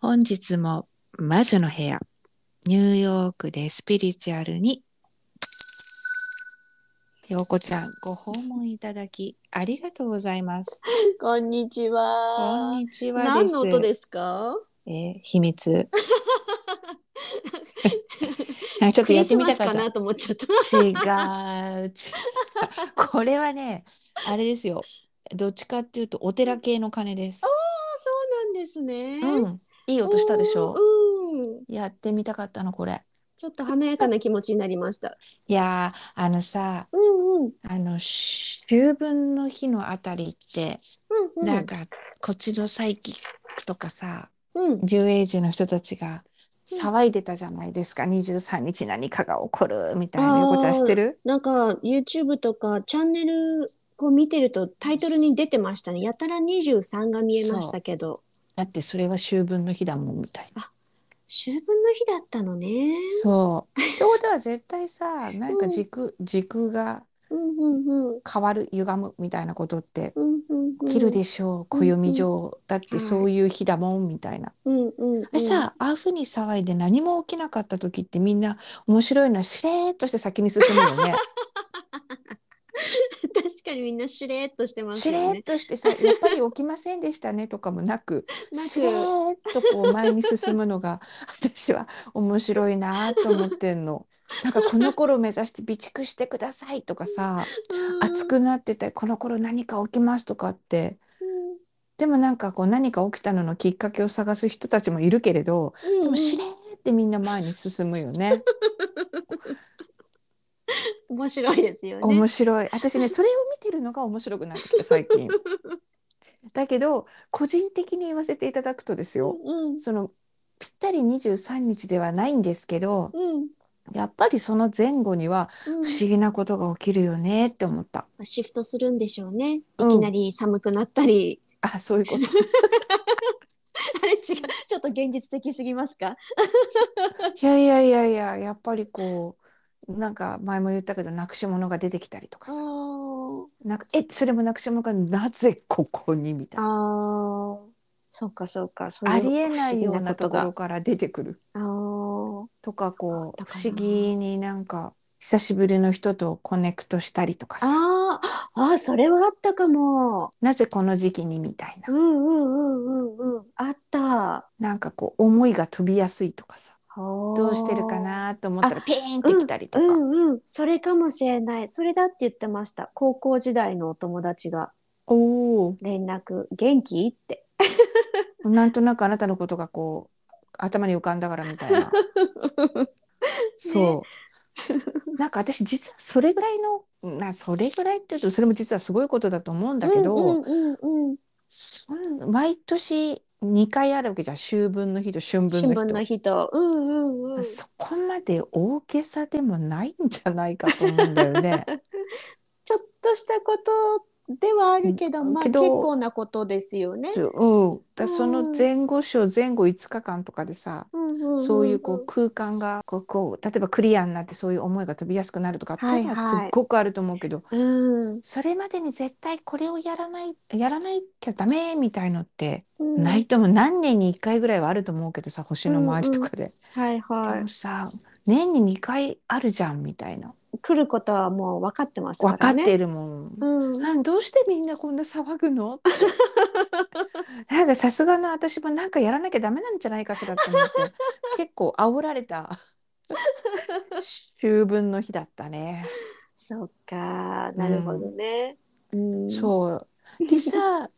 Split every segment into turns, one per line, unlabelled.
本日も魔女の部屋ニューヨークでスピリチュアルに陽子ちゃんご訪問いただきありがとうございます
こんにち
こん
は。
にちはで
何
す
の音ですか？
えー秘密 なんかちょっとやってみたかっ
ク
た
リスマスかなと思っちゃった。
違う違 うこれはねあれですよどっちかっていうとお寺系の鐘です
そうなんですね。
うんいい音したでしょ
おーうん。
やってみたかったのこれ
ちょっと華やかな気持ちになりました。
いやーあのさ
うんうん。
あの秋分の日のあたりって、
うんうん。
なんかこっちのサイキックとかさ
うん。
遊泳児の人たちが
うん
騒いでたじゃないですか、23日何かが起こるみたいな
あー
横ちゃんしてる
なんか YouTube とかチャンネルこう見てるとタイトルに出てましたね。やたら23が見えましたけど。
だってそれは秋分の日だもんみたいな。
秋分の日だったのね。
そう。ってことは絶対さなんか軸、軸が
うんうんうん。
変わる歪むみたいなことって
うんうんうん。
起きるでしょう、
うん
暦上だってそういう日だもんみたいな。
うんうんうん。
あれさ、ああいうふうに騒いで何も起きなかった時ってみんな面白いのはしれーっとして先に進むよ ね。
確かにみんなしれーっとしてます
し
よね。
れーっとしてさやっぱり起きませんでしたねとかもなく
なく
しれーっとこう前に進むのが私は面白いなと思ってんの。なんかこの頃目指して備蓄してくださいとかさ
うん
暑くなっててこの頃何か起きますとかって
うん
でもなんかこう何か起きたののきっかけを探す人たちもいるけれどでもしれーってみんな前に進むよね。
面白いですよね。
面白い私 ねそれを見てるのが面白くなってきた最近だけど個人的に言わせていただくとですよ
うん
そのぴったり23日ではないんですけど
うんうん
やっぱりその前後には
う
不
ん
思議なことが起きるよねって思った、
シフトするんでしょうね。い
うん
きなり寒くなったり、
あそういうこと
あれ違うちょっと現実的すぎますか。
いやいやいやいややっぱりこうなんか前も言ったけどなくし物が出てきたりとかさなんかえそれもなくし物がなぜここにみたいな
あー、そうかそうか。そういう
ありえないようなとこ
不
ろ
思
から出てくる
議なこと
かこう
だか
不
ら
思議になんか久しぶりの人とコネクトしたりとか
が。
さ
あーあー、あーそれはあったかも。
なぜこの時期にみたいな
うんうんうんうんうん。あった。
なんかこう思いが飛びやすいとかさど
ど
うしてるか。なと思ったらピーンってきたりとか、
うんうん、それかもしれない。それだって言ってました。高校時代のお友達が
おお
連絡、元気って。
なんとなくあなたのことがこう頭に浮かんだからみた いなそうなんか私実はそれぐらいのなそれぐらいっていうとそれも実はすごいことだと思うんだけど、
うんうんうんうん、
そん毎年2回あるわけじゃん秋分の日と春分の日と
春分の日と。うんうんうん。ち
そこまで大げさでもないんじゃないかと思うんだよ ね。
ょっとしたことではあるけど、
うん
まあ
け
結
ど
構なことですよね。
うん、だその前後賞前後5日間とかでさ
うんんんん
そういうこう空間がこうこう例えばクリアになってそういう思いが飛びやすくなるとかっていうのは
はい
す
はい
っごくあると思うけど、
うん、
それまでに絶対これをやらないやらないきゃダメみたいのって
うん。
ないとも何年に1回ぐらいはあると思うけどさ星の周りとかで。
はい
で
は。
もさ年に2回あるじゃんみたいない
来ることはもう分かってますか
分からっ
ね。
てるもん。
うん。
なんどうしてみんなこんな騒ぐのってなんかさすがの私もなんかやらなきゃダメなんじゃないかしらと思って結構煽られた秋分の日だったね。
そうか、なるほどね。うん。
そうでさ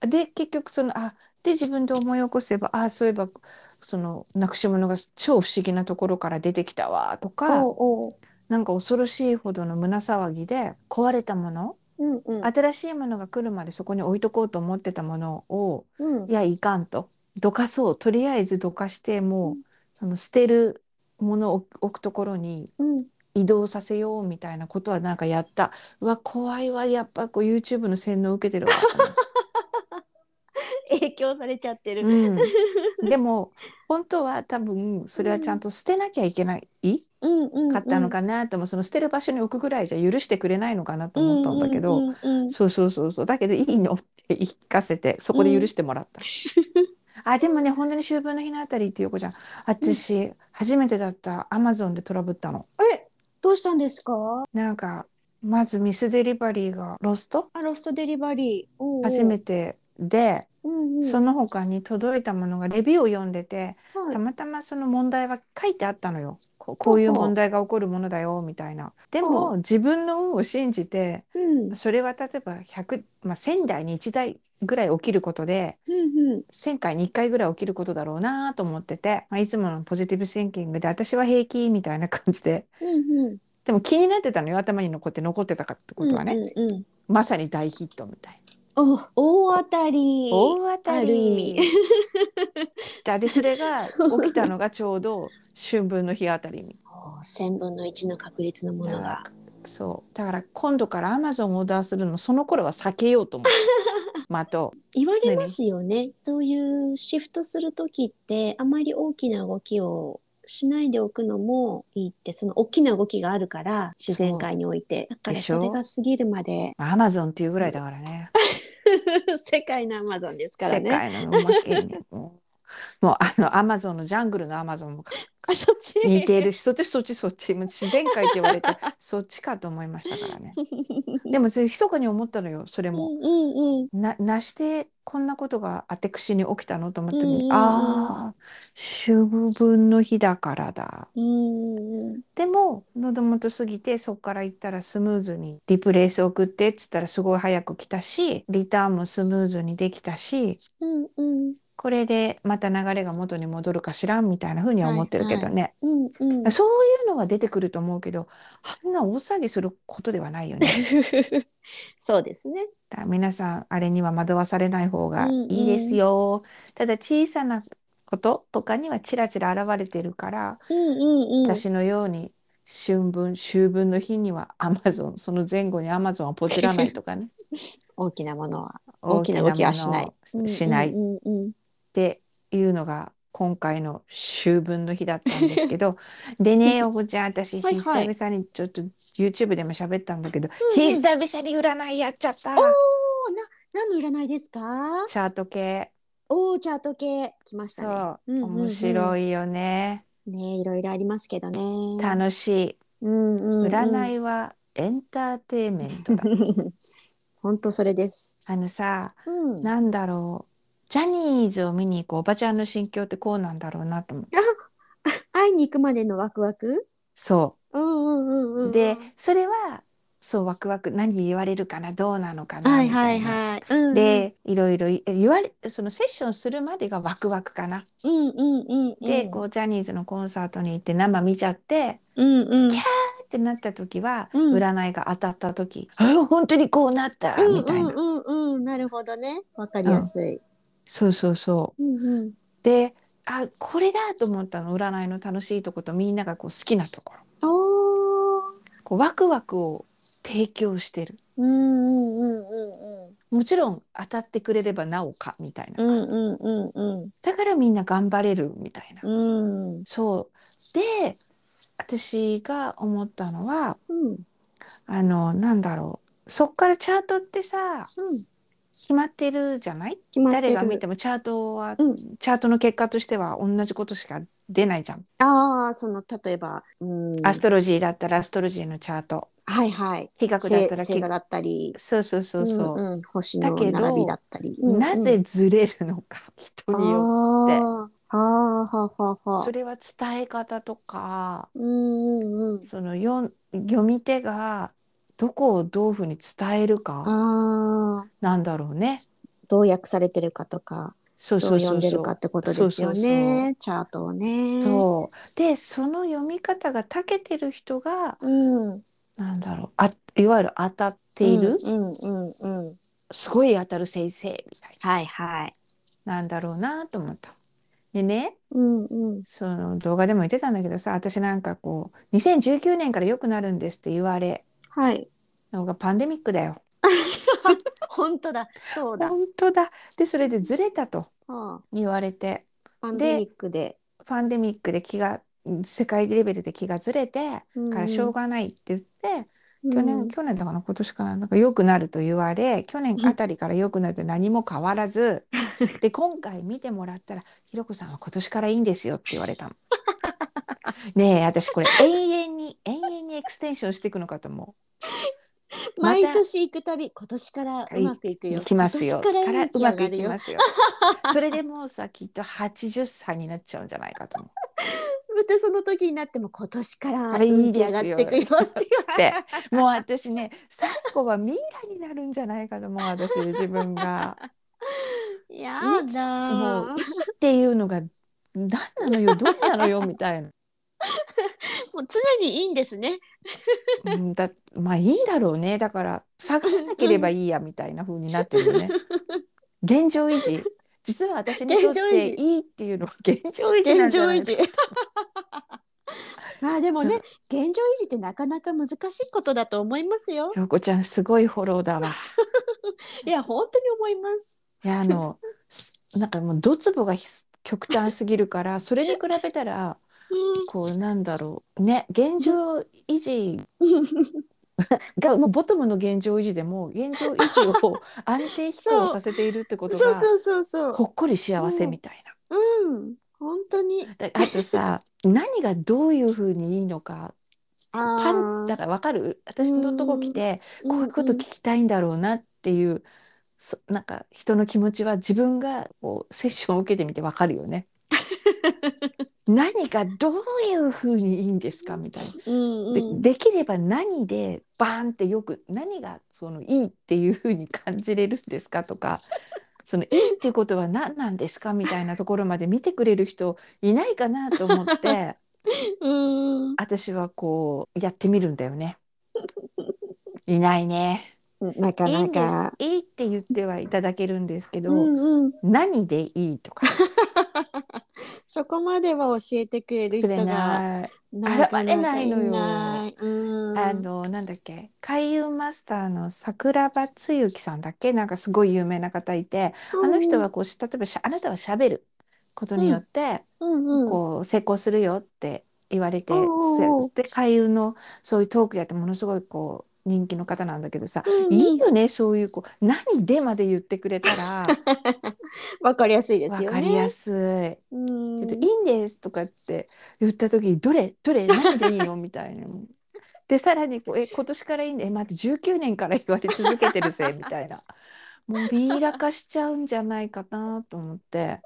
で結局そのあで自分で思い起こせばあそういえばそのなくし物が超不思議なところから出てきたわとか
おうおう。
なんか恐ろしいほどの胸騒ぎで壊れたもの
うんうん。
新しいものが来るまでそこに置いとこうと思ってたものを
うん
いやいかんとどかそうとりあえずどかしてもう、
うん
その捨てるものを置くところに
うん。
移動させようみたいなことはなんかやったうわ怖いわやっぱこう YouTube の洗脳受けてるわ、
影響されちゃってる。
うん、でも本当は多分それはちゃんと捨てなきゃいけない
うんうん
かったのかなとも、その捨てる場所に置くぐらいじゃ許してくれないのかなと思ったんだけど、
うんうんうんうん
そうそうそうそうだけどいいのって言い聞かせてそこで許してもらった。あ、でもね、本当に秋分の日のあたりっていう子じゃん。私、初めてだったアマゾンでトラブったの。
え、どうしたんですか
なんか、まずミスデリバリーがロスト
あ、ロストデリバリー。おうおう
初めてで、
うんうん、
その他に届いたものがレビューを読んでて、
はい
たまたまその問題は書いてあったのよ。ここういう問題が起こるものだよ、みたいな。で
ほう
も、自分の運を信じて、
うん、
それは例えば100、まあ、1000台に1台ぐらい起きることで
うん、うん。
1000回に1回ぐらい起きることだろうなと思ってて、まあ、いつものポジティブシンキングで私は平気みたいな感じで
うんうん、
でも気になってたのよ頭に残って残ってたかってことはね、
うんうんうん
まさに大ヒットみたい
お大当たり
な大当た
ある意
りだでそれ が起きたのがちょうど春分の日あたりに
1000分の1の確率のものが
そうだから今度からアマゾンオーダーするのその頃は避けようと思うまああと
言われますよねそういうシフトする時ってあまり大きな動きをしないでおくのもいいってその大きな動きがあるから自然界においてだから
でしょ
それが過ぎるまで
アマゾンっていうぐらいだから ね
世界のアマゾンですから
世
ね
界のおまけにもうもうあのアマゾンのジャングルのアマゾンも
あそっち
似てるしそっちそっちそっちもう自然界って言われてそっちかと思いましたからねでもそれ密かに思ったのよそれ
う
も。
んうんうん
ななしてこんなことがあてくしに起きたのと思って
うんうんうん
ああ秋分の日だからだ
うんうん
でも喉元過ぎてそこから行ったらスムーズにリプレイス送ってっつったらすごい早く来たしリターンもスムーズにできたし
うんうん
これでまた流れが元に戻るかしらんみたいなふうには思ってるけどね、
うんうん
そういうのは出てくると思うけどあんな大騒ぎすることではないよね
そうですね
だから皆さんあれには惑わされない方がいいですよ、ただ小さなこととかにはちらちら現れてるから、
うんうんうん
私のように春分秋分の日にはアマゾンその前後にアマゾンはポチらないとかね
大きなものは 大きな動きはしない
大きものをしない
うんうんう
っ
ん
ていうのが今回の秋分の日だったんですけ どでねおこちゃん私
はい
久
はい
々にちょっと YouTube でも喋ったんだけど、
うんうん
久々に占いやっちゃった
おお、な、何の占いですか。
チャート系
おお、チャート系来ましたね。
そう面
い。
白いよね
ね、いろいろありますけどね。
楽しい
うんうんうん、
占
い。
いはエンターテインメント だ
本当それです。
あのさ
うんあ、
なんだろうジャニーズを見に行くおばちゃんの心境ってこうなんだろうな と思う
会いに行くまでのワクワク。
そう
うんうんうんうん。
でそれはそうワクワク何言われるかなどうなのかな
はい
みた
はい
いな。
はい。うんうん、
でいろいろい言われそのセッションするまでがワクワクかな。
うんうんうん、うん。
でこうジャニーズのコンサートに行って生見ちゃって
うんうん。
キャってなった時は
うん
占いが当たった時「あ本当にこうなった!」
うん
みたいな、
うんうんうん、なるほどね。わかりやすい。
そうそうそう。
うんうん。
であこれだと思ったの占いの楽しいとことみんながこう好きなところ
おお。
こうワクワクを提供してる。
うんうんうんうんうん。
もちろん当たってくれればなおかみたいな。
うんうんうんうん。
だからみんな頑張れるみたいな。
うん。
そうで私が思ったのは
うん。
あのなんだろうそっからチャートってさ
決
決まってるじゃない
まってる。
誰が見てもチャートは、
うん
チャートの結果としては同じことしか出ないじゃん。
ああ、その、例えば、うん。
アストロジーだったらアストロジーのチャート
はいはい。
比較だった
せ
ら
星
き
座だったり、
そうそうそうそう。
んうん、星
だ
の
けど
並びだったり。うんうん
なぜずれるのか人によって
ああ、はあはあはあはあ
そ。れは伝え方とか
うんうんうん。
その読読み手がどこをどういうふうに伝えるか
ああ、
なんだろうね。
どう訳されてるかとか、
そう
ど
そううそう
読んで
そ
るか
う
っ。てことですよね。チャートをね。
そうでその読み方が長けてる人が
う。うん。
なんだろうあいわゆる当たっている、
うんうんうんうん。
すごい当たる先生みたい
はいはい。
ななんだろうなと思った。でね
うんうん。
その動画でも言ってたんだけどさ私なんかこう2019年から良くなるんですって言われ
はい。
のがパンデミックだよ。
本当だ。そうだ。
本当だでそれでずれたと
ああ、
言われて
パンデミックで。
パンデミックで気が世界レベルで気がずれてからしょうがないって言って、去年、去年だから今年かな、なんか良くなると言われ、去年あたりから良くなって何も変わら ず、で、今回見てもらったら、ひろこさんは今年からいいんですよって言われたの。ねえ、私これ永遠に、永遠にエクステンションしていくのかと思また
毎年行くたび今年からうまくいく
う。
よ
いきますよ。か
今年から
ら
運
う
気上
ま
が
くい
る
き
よ
ますよ。それでもうさ、きっと80歳になっちゃうんじゃないかと思う。
またその時になっても今年から
あれいい
運気
で
上がっ
すよ
ていくよって
ってもう私ね、サッコはミイラになるんじゃないかと思う、私、自分が。
いや
いつ
だ
もういいっていうのが何なの よどれなのよみたいな、
もう常にいいんですね。
うん、だまあいいだろうねだから探らなければいいやみたいな風になってるよね現状維持実は私にとっ
現状維
て
持
いいっていうのは現状維持なん
現
じゃ
状
ない
維持。まあでもね、現状維持ってなかなか難しいことだと思いますよ。
陽子ちゃんすごいフォローだわ
いや、本当に思います。
いやあのすなんかもうドツボがひ極端すぎるからそれに比べたらこうなんだろうね現状維持がもうボトムの現状維持でも現状維持を安定飛行させているってこ
そ
と
う
が
そうそうそう。
ほっこり幸せみたいな。
うん、本当に。
だあとさ何がどういうふうにいいのかパンだからわかる私のとこ来て
うん
こういうこと聞きたいんだろうなっていうそなんか人の気持ちは自分がこうセッションを受けてみてわかるよ ね。何がどういうふうにいいんですかみたいな。
うんうん
でできれば何でバーンってよく何がそのいいっていうふうに感じれるんですかとかそのいいっていうことは何なんですかみたいなところまで見てくれる人いないかなと思って
うん
私はこうやってみるんだよね。いないね。
なか
いい
なん
です
か。。
いいって言ってはいただけるんですけど、
うんうん、
何でいいとか
そこまでは教えてくれる
くれ
人が
ない。
なか
現れないのよ
なかいないうん、
あのなんだっけ海運マスターの桜庭つゆきさんだっけなんかすごい有名な方いて、あの人はこうし例えばしゃあなたはしゃべることによって、
うんうん、
こう成功するよって言われて、
おうおうおう
せで開運のそういうトークやってものすごいこう人気の方なんだけどさ、
うんうん
いいよねそういうこう何でまで言ってくれたら
わかりやすい です
分
よね。
かりやすい。
うん
けどいいんですとかって言った時にどれどれ何でいいのみたい な。でさらにこうえ今年からいいんだえ待って19年から言われ続けてる ぜみたいなもうミイラ化しちゃうんじゃないかなと思って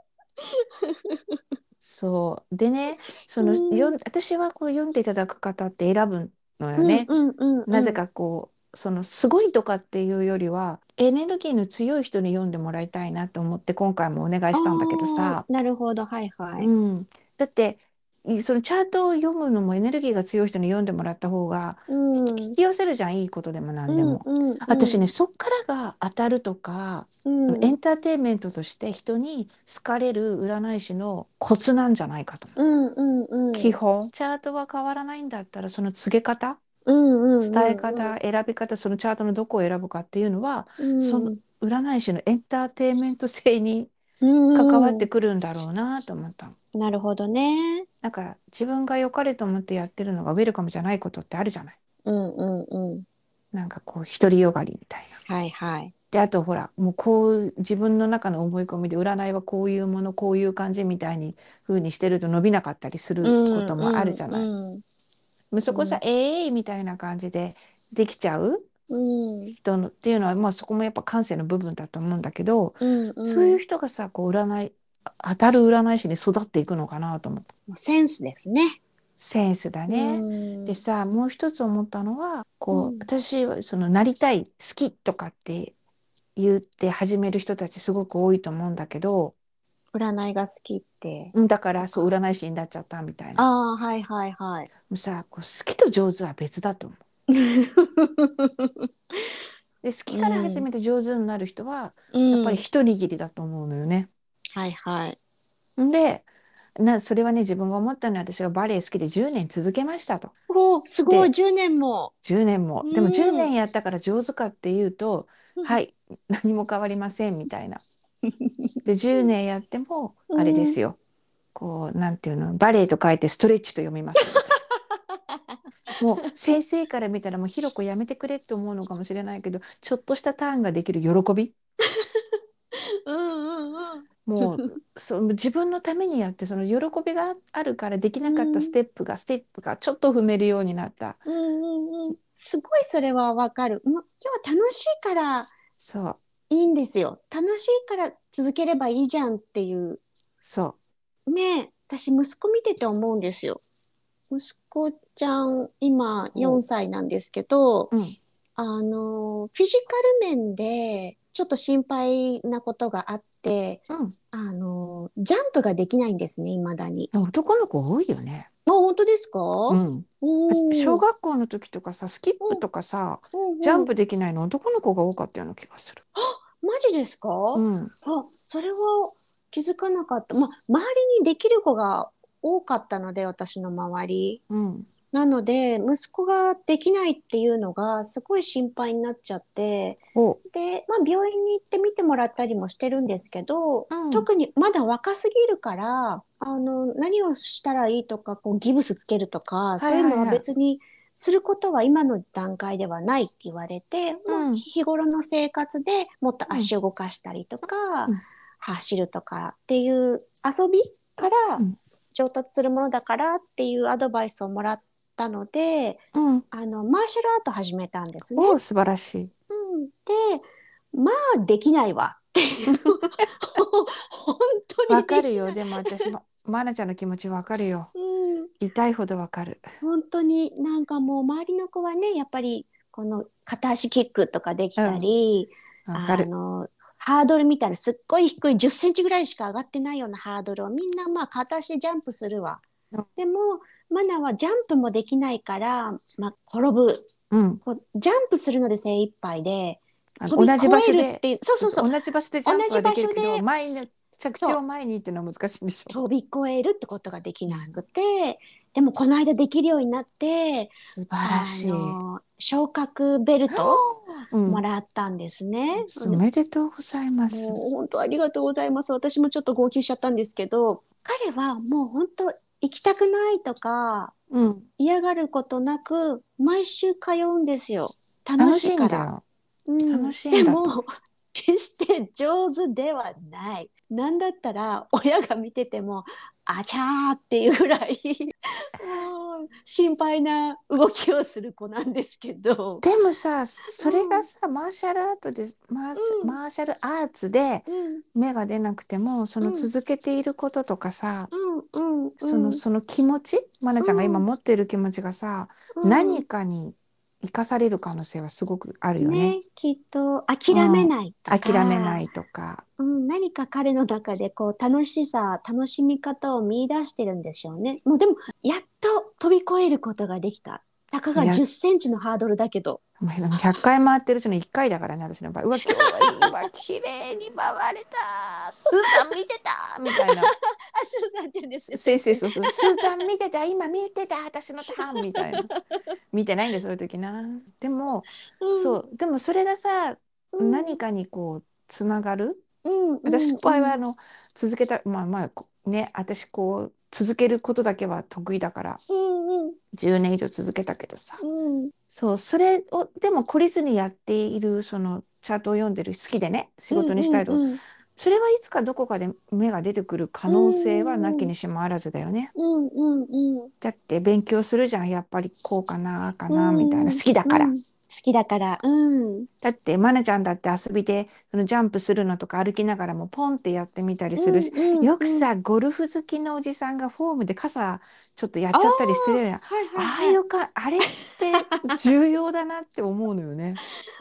そうでねその
うん
よん私はこう読んでいただく方って選ぶのよね。
うんうんうん、
なぜ。かこうそのすごいとかっていうよりはエネルギーの強い人に読んでもらいたいなと思って今回もお願いしたんだけどさ。
あーなるほど、はいはい。
うん、だっていそのチャートを読むのもエネルギーが強い人に読んでもらった方が
うん。
引き寄せるじゃん、いいことでも何でも。
うんうんうん
私ね、、そっからが当たるとか、
うん、
エンターテインメントとして人に好かれる占い師のコツなんじゃないかと思う、
うんうんうん、
基本チャートは変わらないんだったらその告げ方
うんうんうんうん、
伝え方、選び方そのチャートのどこを選ぶかっていうのは
うん、
その占い師のエンターテインメント性に関
関
わってくるんだろうなと思ったの。
なるほどね。
なんか自分が良かれと思ってやってるのがウェルカムじゃないことってあるじゃない
うんうんうん。
なんかこう独りよがりみたいな。
はいはい。
であとほらもうこう自分の中の思い込みで占いはこういうものこういう感じみたいに風にしてると伸びなかったりすることもあるじゃない。
うん
もうそこさ、ええー、みたいな感じでできちゃう
うんうん
人のっていうのは、まあ、そこもやっぱ感性の部分だと思うんだけど、
うんうん、
そういう人がさこう占い当たる占い師に育っていくのかなと思って
センスですね。
センスだね。
うん
でさもう一つ思ったのはこう、
うん
私はそのなりたい好きとかって言って始める人たちすごく多いと思うんだけど
占いが好きって。
うんだからそう占い師になっちゃったみたいなも
ああはいはいはい。
うさこう好きと上手は別だと思う。 で好きから始めて上手になる人は、やっぱり一握りだと思うのよね。
うん、はいはい。
でなそれはね自分が思ったのは私がバレエ好きで10年続けましたと。
おおすごい
で
10年も。
10年もでも
うん
10年やったから上手かっていうと、
うん
はい何も変わりませんみたいな。 で10年やっても
うん
あれです よ、こうなんていうのバレエと書いてストレッチと読みますみたいもう先生から見たらもうひろこやめてくれって思うのかもしれないけどちょっとしたターンができる喜び
うんうんうん。
も うそう自分のためにやってその喜びがあるからできなかっ
う
た
ん
ステップがステップがちょっと踏めるようになった
うんうんうん。すごいそれはわかる。ま、今日は楽しいから
そう
いいんですよ。楽しいから続ければいいじゃんっていう。
そ
ねえ私息子見てて思うんですよ。息子ちゃん今
うん
4歳なんですけど、
う、うん、
あの、フィジカル面でちょっと心配なことがあって、
うん
あの、ジャンプができないんですね、未だに。
男の子多いよね、
あ、本当ですか
うん、
おー
小学校の時とかさスキップとかさ
うんうん
ジャンプできないの男の子が多かったような気がする、
マジですかあ、
うん、
それは気づかなかった。ま、周りにできる子が多かったので、私の周り。
うん、
なので、息子ができないっていうのがすごい心配になっちゃって、
お
で、まあ、病院に行って見てもらったりもしてるんですけど、
うん
特にまだ若すぎるからあの何をしたらいいとかこうギブスつけるとか、
いはいはい
そういうのは別にすることは今の段階ではないって言われて、
うん
もう日頃の生活でもっと足を動かしたりとか、
うん
走るとかっていう遊びから
うん
上達するものだからっていうアドバイスをもらったので
うん、
あのマーシャルアート始めたんですね。
お素晴らしい
うん、でまあできないわっていう 本当に
わかるよでも私もマナちゃんの気持ちわかるよ
うん、
痛いほどわかる
本当になんかもう周りの子はねやっぱりこの片足キックとかできたり、
わ
あ
かる
のハードルみたいなすっごい低い1 0センチぐらいしか上がってないようなハードルをみんなまあ片足でジャンプするわ
うん。
でもマナはジャンプもできないから、まあ、転ぶ
うん
こうジャンプするので精一杯で
あの
飛び
同じ場所
越えるっ
で
ていうそうそうそう
同じ場所でジャンプはできるけ
同じ場所
ど
で
前に着地を前にっていうのは難しいんでしょ
飛び越えるってことができなくて、でもこの間できるようになって、
素晴らしい
あの昇格ベルト
う
を
ん
もらったんですね。
おめでとうございます
もう本当ありがとうございます。私もちょっと号泣しちゃったんですけど、彼はもう本当行きたくないとか
うん
嫌がることなく毎週通うんですよ。楽
楽
し
しい
い
ん
か
だ
ら。
よ
うん
楽しいんだと
でも決して上手ではない。なんだったら親が見ててもあちゃーっていうぐらいもう心配な動きをする子なんですけど。
でもさそれがさ、マーシャルアートでマー,、
うん
マーシャルアーツで
うん
芽が出なくてもその
うん
続けていることとかさ、
うんうん
そのその気持ちマナちゃんが今
うん
持っている気持ちがさ、
うん
何かに生かされる可能性はすごくあるよね。
ねきっと諦めないとか、
諦めないいとか。
うん、何か彼の中でこう楽しさ楽しみ方を見出してるんでしょうねもうでもやっと飛び越えることができたたかが1 0センチのハードルだけど
もう100回回ってるうちの1回だからね私の場合うわ今日は今綺麗に回れたスーさん見てたみたいな
あ、スーさんって言うんですよ。
先生そうそうスーさん見てた今見てた私のターンみたい な見てないんだよそういう時なでも、そうでもそれがさ、
うん、
何かにこうつながる
うん、うん、
私の場合はあの、続けたまあまあこね私こう続けることだけは得意だから
うん、うん、
10年以上続けたけどさ
うん、
そうそれをでも懲りずにやっているそのチャートを読んでる好きでね仕事にしたいと、
うん、うん
それはいつかどこかで芽が出てくる可能性はなきにしもあらずだよね。
うん、うん、うん
だって勉強するじゃんやっぱりこうかなああかな
うん
みたいな好きだから、
うん好きだから、うん、
だって愛菜ちゃんだって遊びでそのジャンプするのとか歩きながらもポンってやってみたりするし、
うん、うん
よく、さゴルフ好きのおじさんがフォームで傘ちょっとやっちゃったりしてるやんあ
はい、はい、
あ
はい
いうかあれって重要だなって思うのよね。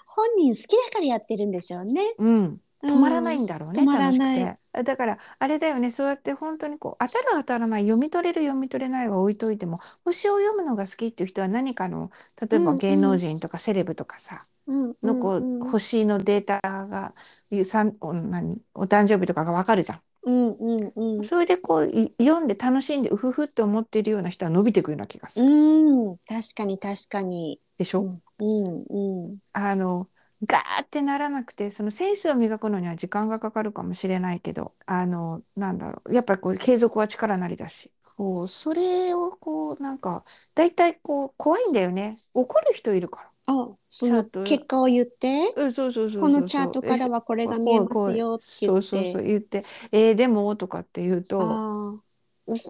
本人好きだからやってるんでしょうね。
うん止まらないんだろうね、
止まら
楽しく
ない
てだからあれだよねそうやって本当にこう当たる当たらない読み取れる読み取れないは置いといても星を読むのが好きっていう人は何かの例え
うんう
ば
ん
芸能人とかセレブとかさ、
うん、
のこう、
うん、うん
星のデータがいうさんお何お誕生日とかがわかるじゃん。
うん、うん、うん
それでこうい読んで楽しんでうふふって思っているような人は伸びていくような気がする、
うん、確かに、確かに、
でしょ、
うん、うん、
あのガーってならなくてそのセンスを磨くのには時間がかかるかもしれないけどあのなんだろうやっぱりこう継続は力なりだしそう、それをこう、なんか、だいたいこう、怖いんだよね。怒る人いるから。
あ、そ
チャ
の
ート
結果を言って、
うん、そうそうそう
こ
そ
の
う
チャー
そ
ト
う
からはこれが見えますよって
え
言
そう
っ
そうそう
て。
言って「えーでも」とかって言う
あ
と
ー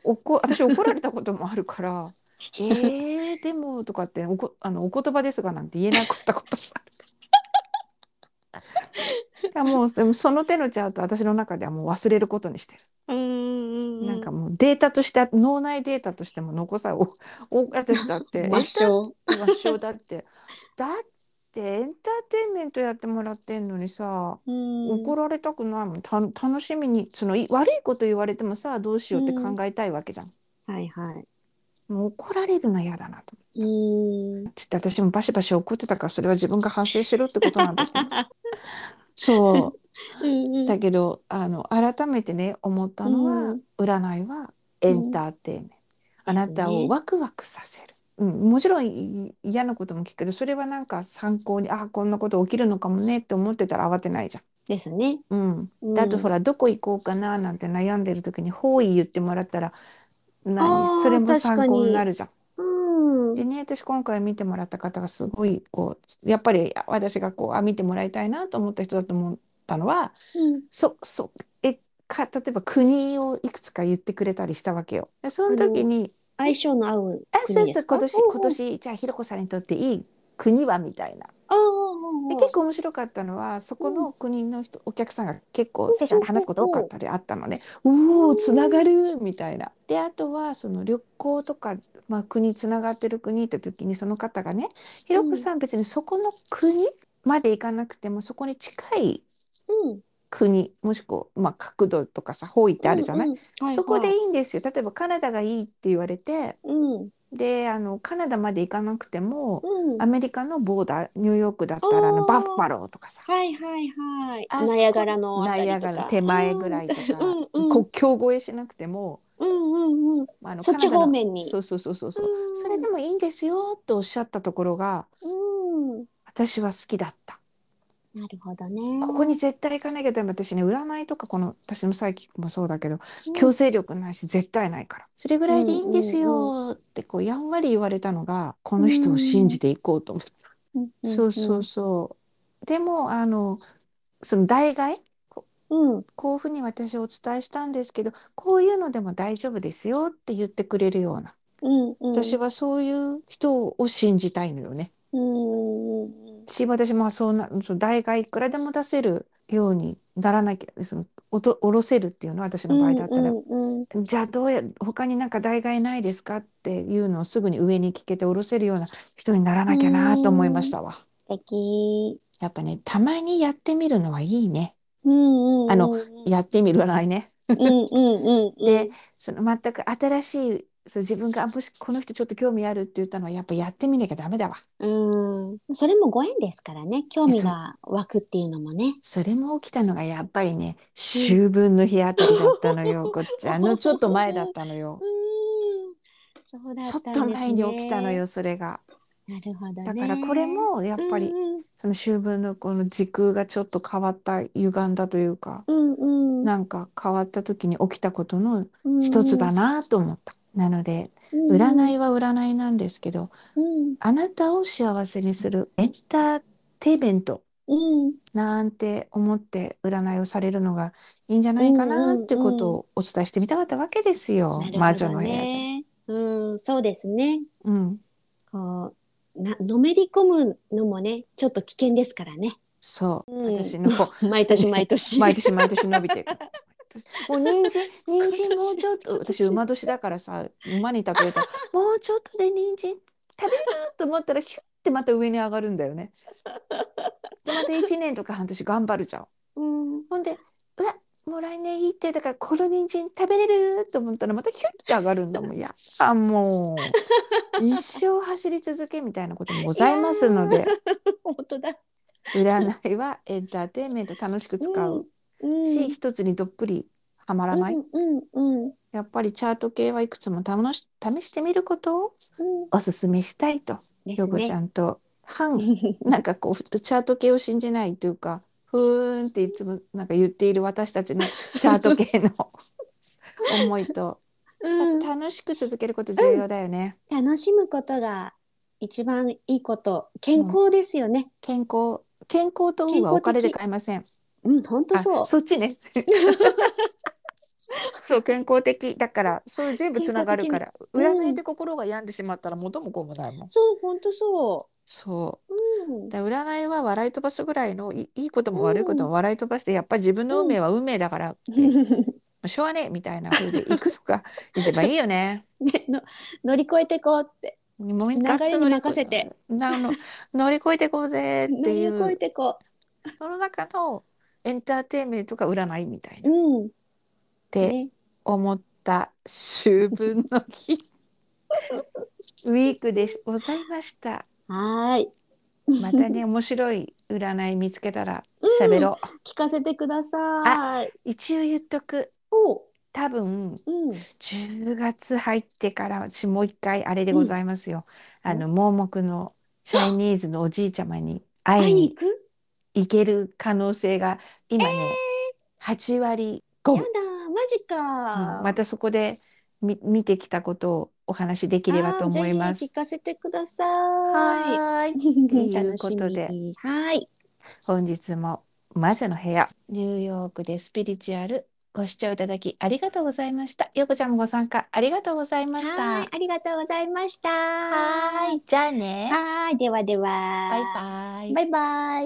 おおこ私怒られたこともある から「えーでも」とかっておこあのお言葉ですがなんて言えなかったこともある。いやもうでもその手のチャート私の中ではもう忘れることにしてる。
うんうんう
なんかもうデータとして脳内データとしても残さお多かったって
抹消。
合唱だってだってエンターテインメントやってもらってんのにさ
うん
怒られたくないもんた楽しみにそのい悪いこと言われてもさどうしようって考えたいわけじゃん、
はいはい。
もう怒られるの嫌だなと
うん。
つって私もバシバシ怒ってたからそれは自分が反省しろってことなんだ けどそう
うん
だけどあの改めてね思ったのは、
うん
占いはエンターテインメント、あなた
です
を
ね
ワクワクさせる、うん、もちろんい嫌なことも聞くけどそれはなんか参考にあこんなこと起きるのかもねって思ってたら慌てないじゃん。
ですね。
うん、であとほ
ら、
らどこ行こうかななんて悩んでる時に方位言ってもらったら
あ
何
ー
それも
確か
参
に
考になるじゃん。
うん。
でね私今回見てもらった方がすごいこうやっぱり私がこうあ見てもらいたいなと思った人だと思ったのは
うん
そそえか例えば国をいくつか言ってくれたりしたわけよ。でその時に
相性の合う
あ、そうそ
国で
う、
すか。
今年、
おうおう
今。年、じゃあ、ひろこさんにとっていい国はみたいな。
ああ、
で、結構面白かったのは、そこの国の人、お客さんが結構、セッションで話すこと多かったりあったのね。うおー、つながるみたいな。で、あとは、その旅行とか、まあ、国、つながってる国って時に、その方がね、ひろこさん、別にそこの国まで行かなくても、そこに近い
うん。
国、もしくは、まあ、角度とかさ、方位ってあるじゃない、
うんうんはいはい
そこでいいんですよ。例えば、カナダがいいって言われて、
うん。
で、あの、カナダまで行かなくても、
うん。
アメリカのボーダーニューヨークだったらあ
あ
の
ー
バッファローとかさ
はいはいはい。
あそこ
ナイアガラのあ
ナ
たり
イ
と
ア
か。
ガラ手前ぐらいとか
うんうん
国境越えしなくても
うんうんうん。
あの
そっち
カナダの
方面に
そうそうそうそうそう
うん
それでもいいんですよっておっしゃったところが
うん。
私は好きだった
なるほどね。
ここに絶対行かなきゃダメ私ね占いとかこの私のサイキックもそうだけど
うん
強制力ないし絶対ないからそれぐらいでいいんです
うん
よってこうやんわり言われたのがこの人を信じていこうと思った。
うんうん
そうそうそう。でもあのその代替
うん。うん。
こういうふうに私お伝えしたんですけどこういうのでも大丈夫ですよって言ってくれるような
うんうん。
私はそういう人を信じたいのよね。
うんうん
し私もそうなその代替いくらでも出せるようにならなきゃそのおと下ろせるっていうのは私
うん。
の場合だったら、
うんうんうん
じゃあどうや他になんか代替ないですかっていうのをすぐに上に聞けて下ろせるような人にならなきゃなと思いましたわ。
素敵。
やっぱねたまにやってみるのはいいね。
うんうん。
あの、やってみる占いね。
うんうんうんうん。
で、その全く新しい、そう自分があもしこの人ちょっと興味あるって言ったのはやっぱやってみなきゃダメだわ。
うん。それもご縁ですからね。興味が湧くっていうのもね。
それも起きたのがやっぱりね、秋分の日あたりだったの よ、こっちあのちょっと前だったのよ。
うん。そうだ
ち
った
ょっ
んです
と
ね
前に起きたの。よ、それが。
なるほどね。
だからこれもやっぱり
うん
その秋分のこの時空がちょっと変わった歪んだというか、
うんうん
なんか変わった時に起きたことの
うん。
一つだなと思った。なので、
うん。
占
い。
いは占いなんですけど、
うん
あなたを幸せにするエンターテイメント
うん。
なんて思って占いをされるのがいいんじゃないかなってことをお伝えしてみたかったわけですよ。
な
魔
る
女
ほ
の
ど
部屋で。
ね。うん、そうですね。
うん、
こう、な、のめり込むのもね、ちょっと危険ですか らね。
そう、
うん
私 のこ
毎年毎年。
う毎年毎年伸びていく。 もう人参人参もうちょっと
今
私
年
馬年だからさ馬に例え たらもうちょっとで人参食べると思ったらヒュッてまた上に上がるんだよね。でまた1年とか半年頑張るじゃん。
うん。
ほんで、うわ、もう来年いいって、だからこの人参食べれると思ったら、またヒュッて上がるんだもん。い や、あ、もう。 一生走り続けみたいなこともございますので、
本当だ。
占いはエンターテインメント楽しく使う
うん。
し、一つにどっぷりはまらない。
うんうんうん。
やっぱりチャート系はいくつも試し試してみることを
うん。
おすすめしたいと、
で
ヨ
す
コちゃ
ね。
んと反なんかこうチャート系を信じないというかふーんって いつもなんか言っている私たちのチャート系の思いと
うん、
楽しく続けること重要だよね。
楽しむことが一番いいこと健康ですよね。
健康、健康と運はお金で買えません。
うん、本当
あ
そう。
そっち ね。そう、健康的だから、そう全部つながるから、
健康的に
占いで心が病んでしまったら元も子もないもん。
そう、本当そ。
そう
うん
う。、だから占いは笑い飛ばすぐらいのいいいことも悪いことも笑い飛ばして、やっぱり自分の運命は運命だからって、しょうがねえみたいな風で行くのが一番いいよね。
ねの乗り越えてこうって、
もう
流れに
ガッツ乗り越
任せて
なの乗り越えてこうぜって
乗り
い
越え
う
てこ。
その中のエンターテインメントが占いみたいうなっ
うん。
て
ね、
思った秋分の日ウィークでございました。
はーい。
またね面白い占い見つけたら
うん
喋ろう。
聞かせてください。
一応言っとく
おう、
多分
うん。
10月入ってから私もう一回あれでございますよ。
うん
あの盲目のチャイニーズのおじいちゃまに会
会
い
い
に
に行く？
いける可能性が今ね、8割5
やだ、マジか。
うんまたそこで見見てきたことをお話しできればと思いま
あーぜ
す
ひ聞。かせてください。
はーい。
い
という
楽し
こ
み
とで
に。はい。
本日も魔女の部屋ニューヨークでスピリチュアルご視聴いただきありがとうございました。ようこちゃんもご参加ありがとうございました。
はい、ありがとうございました。
はーい。じゃあね。
はい、ではでは。
バイバイ。
バイバイ。